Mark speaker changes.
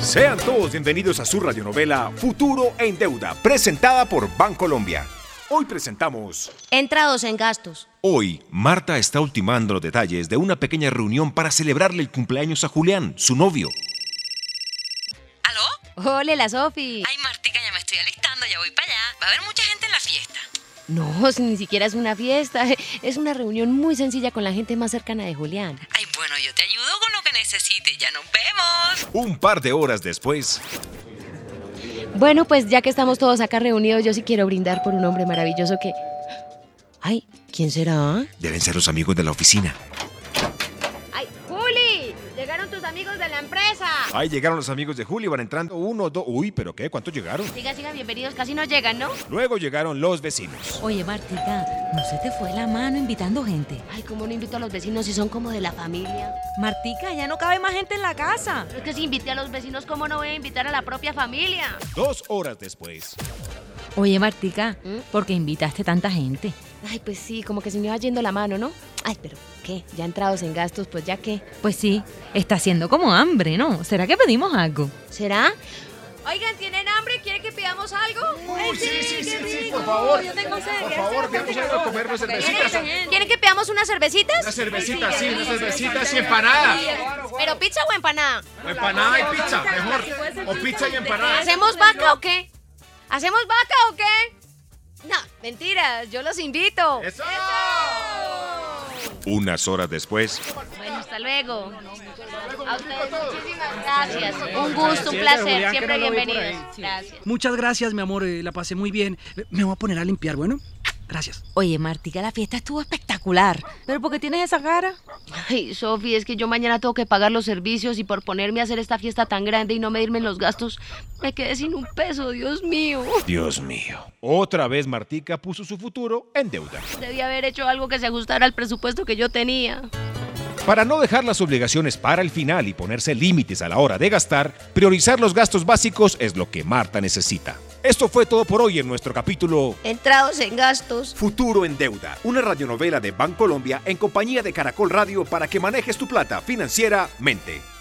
Speaker 1: Sean todos bienvenidos a su radionovela Futuro en Deuda, presentada por Bancolombia. Hoy presentamos.
Speaker 2: Entrados en gastos.
Speaker 1: Hoy, Marta está ultimando los detalles de una pequeña reunión para celebrarle el cumpleaños a Julián, su novio.
Speaker 3: ¿Aló?
Speaker 2: Ole, la Sofi.
Speaker 3: Ay, Martica, ya me estoy alistando, ya voy para allá. Va a haber mucha gente en la fiesta.
Speaker 2: No, si ni siquiera es una fiesta. Es una reunión muy sencilla con la gente más cercana de Julián.
Speaker 3: Ay, bueno, yo te ayudo con lo que necesite. Ya nos vemos.
Speaker 1: Un par de horas después,
Speaker 2: Bueno, pues ya que estamos todos acá reunidos, yo sí quiero brindar por un hombre maravilloso que. Ay, ¿quién será?
Speaker 1: deben ser los amigos de la oficina.
Speaker 2: ¡Ay, Juli! Llegaron tus amigos de la empresa.
Speaker 1: Ahí llegaron los amigos de Juli, van entrando uno, dos. Uy, ¿pero qué? ¿Cuántos llegaron?
Speaker 2: Siga, siga, bienvenidos. Casi no llegan, ¿no?
Speaker 1: Luego llegaron los vecinos.
Speaker 4: Oye, Martica, no se te fue la mano invitando gente.
Speaker 2: Ay, ¿cómo no invito a los vecinos si son como de la familia?
Speaker 4: Martica, ya no cabe más gente en la casa.
Speaker 2: Pero es que si invité a los vecinos, ¿cómo no voy a invitar a la propia familia?
Speaker 1: Dos horas después.
Speaker 4: Oye, Martica,
Speaker 2: ¿Mm?
Speaker 4: ¿por qué invitaste tanta gente?
Speaker 2: Ay, pues sí, como que se me va yendo la mano, ¿no? Ay, pero ¿qué? Ya entrados en gastos, pues ya qué.
Speaker 4: Pues sí, está haciendo como hambre, ¿no? ¿Será que pedimos algo?
Speaker 2: ¿Será?
Speaker 5: Oigan, ¿tienen hambre? ¿Quieren que pidamos algo?
Speaker 6: Uy, sí, sí, sí, sí, por favor.
Speaker 5: Yo tengo sed.
Speaker 6: Por favor, veamos algo a comer unas cervecitas.
Speaker 5: ¿Quieren que pidamos unas cervecitas?
Speaker 6: Unas cervecitas, sí, unas cervecitas y empanadas.
Speaker 5: ¿Pero pizza o empanada?
Speaker 6: O empanada y pizza, mejor. O pizza y empanada.
Speaker 5: ¿Hacemos vaca o qué? ¿Hacemos vaca o qué? No, mentiras, yo los invito.
Speaker 6: ¡Eso!
Speaker 1: Unas horas después,
Speaker 5: Bueno, hasta luego. A ustedes muchísimas gracias. Un gusto, un placer. Siempre bienvenidos. Gracias.
Speaker 7: Muchas gracias, mi amor, eh, la pasé muy bien. Eh, Me voy a poner a limpiar, bueno. Gracias.
Speaker 4: Oye, Martica, la fiesta estuvo espectacular. ¿Pero por qué tienes esa cara?
Speaker 2: Ay, Sofi, es que yo mañana tengo que pagar los servicios y por ponerme a hacer esta fiesta tan grande y no medirme en los gastos, me quedé sin un peso, Dios mío.
Speaker 1: Dios mío. Otra vez Martica puso su futuro en deuda.
Speaker 2: Debí haber hecho algo que se ajustara al presupuesto que yo tenía.
Speaker 1: Para no dejar las obligaciones para el final y ponerse límites a la hora de gastar, priorizar los gastos básicos es lo que Marta necesita. Esto fue todo por hoy en nuestro capítulo
Speaker 2: Entrados en gastos.
Speaker 1: Futuro en Deuda, una radionovela de Bancolombia en compañía de Caracol Radio para que manejes tu plata financieramente.